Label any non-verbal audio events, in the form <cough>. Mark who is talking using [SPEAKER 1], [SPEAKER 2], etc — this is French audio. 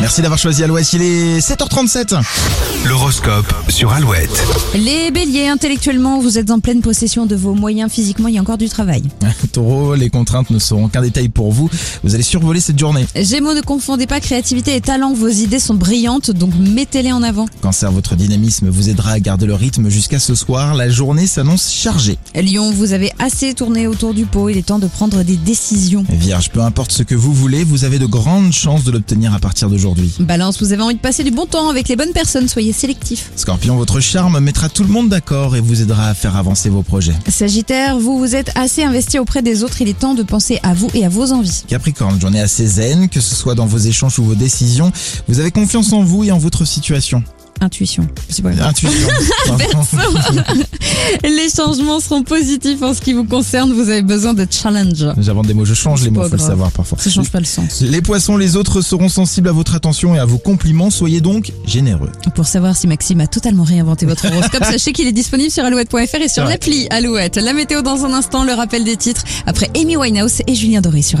[SPEAKER 1] Merci d'avoir choisi Alouette, il est 7h37.
[SPEAKER 2] L'horoscope sur Alouette.
[SPEAKER 3] Les béliers, intellectuellement, vous êtes en pleine possession de vos moyens physiquement, il y a encore du travail.
[SPEAKER 1] <laughs> Taureau, les contraintes ne seront qu'un détail pour vous. Vous allez survoler cette journée.
[SPEAKER 3] Gémeaux, ne confondez pas créativité et talent, vos idées sont brillantes, donc mettez-les en avant.
[SPEAKER 1] Cancer, votre dynamisme vous aidera à garder le rythme jusqu'à ce soir. La journée s'annonce chargée.
[SPEAKER 3] Lyon, vous avez assez tourné autour du pot, il est temps de prendre des décisions.
[SPEAKER 1] Vierge, peu importe ce que vous voulez, vous avez de grandes chances de l'obtenir à partir d'aujourd'hui.
[SPEAKER 3] Balance, vous avez envie de passer du bon temps avec les bonnes personnes, soyez sélectifs.
[SPEAKER 1] Scorpion, votre charme mettra tout le monde d'accord et vous aidera à faire avancer vos projets.
[SPEAKER 3] Sagittaire, vous vous êtes assez investi auprès des autres, il est temps de penser à vous et à vos envies.
[SPEAKER 1] Capricorne, journée assez zen, que ce soit dans vos échanges ou vos décisions. Vous avez confiance en vous et en votre situation.
[SPEAKER 3] Intuition. Je sais pas. <laughs>
[SPEAKER 1] Intuition. Pardon.
[SPEAKER 3] Les changements seront positifs en ce qui vous concerne, vous avez besoin de challenge.
[SPEAKER 1] J'invente des mots, je change les mots,
[SPEAKER 3] pas
[SPEAKER 1] faut le
[SPEAKER 3] grave.
[SPEAKER 1] savoir parfois.
[SPEAKER 3] Ça change pas le sens.
[SPEAKER 1] Les poissons, les autres seront sensibles à votre attention et à vos compliments, soyez donc généreux.
[SPEAKER 3] Pour savoir si Maxime a totalement réinventé votre horoscope, sachez qu'il est disponible sur alouette.fr et sur
[SPEAKER 1] Ouais.
[SPEAKER 3] l'appli Alouette. La météo dans un instant, le rappel des titres après Amy Winehouse et Julien Doré sur Alouette.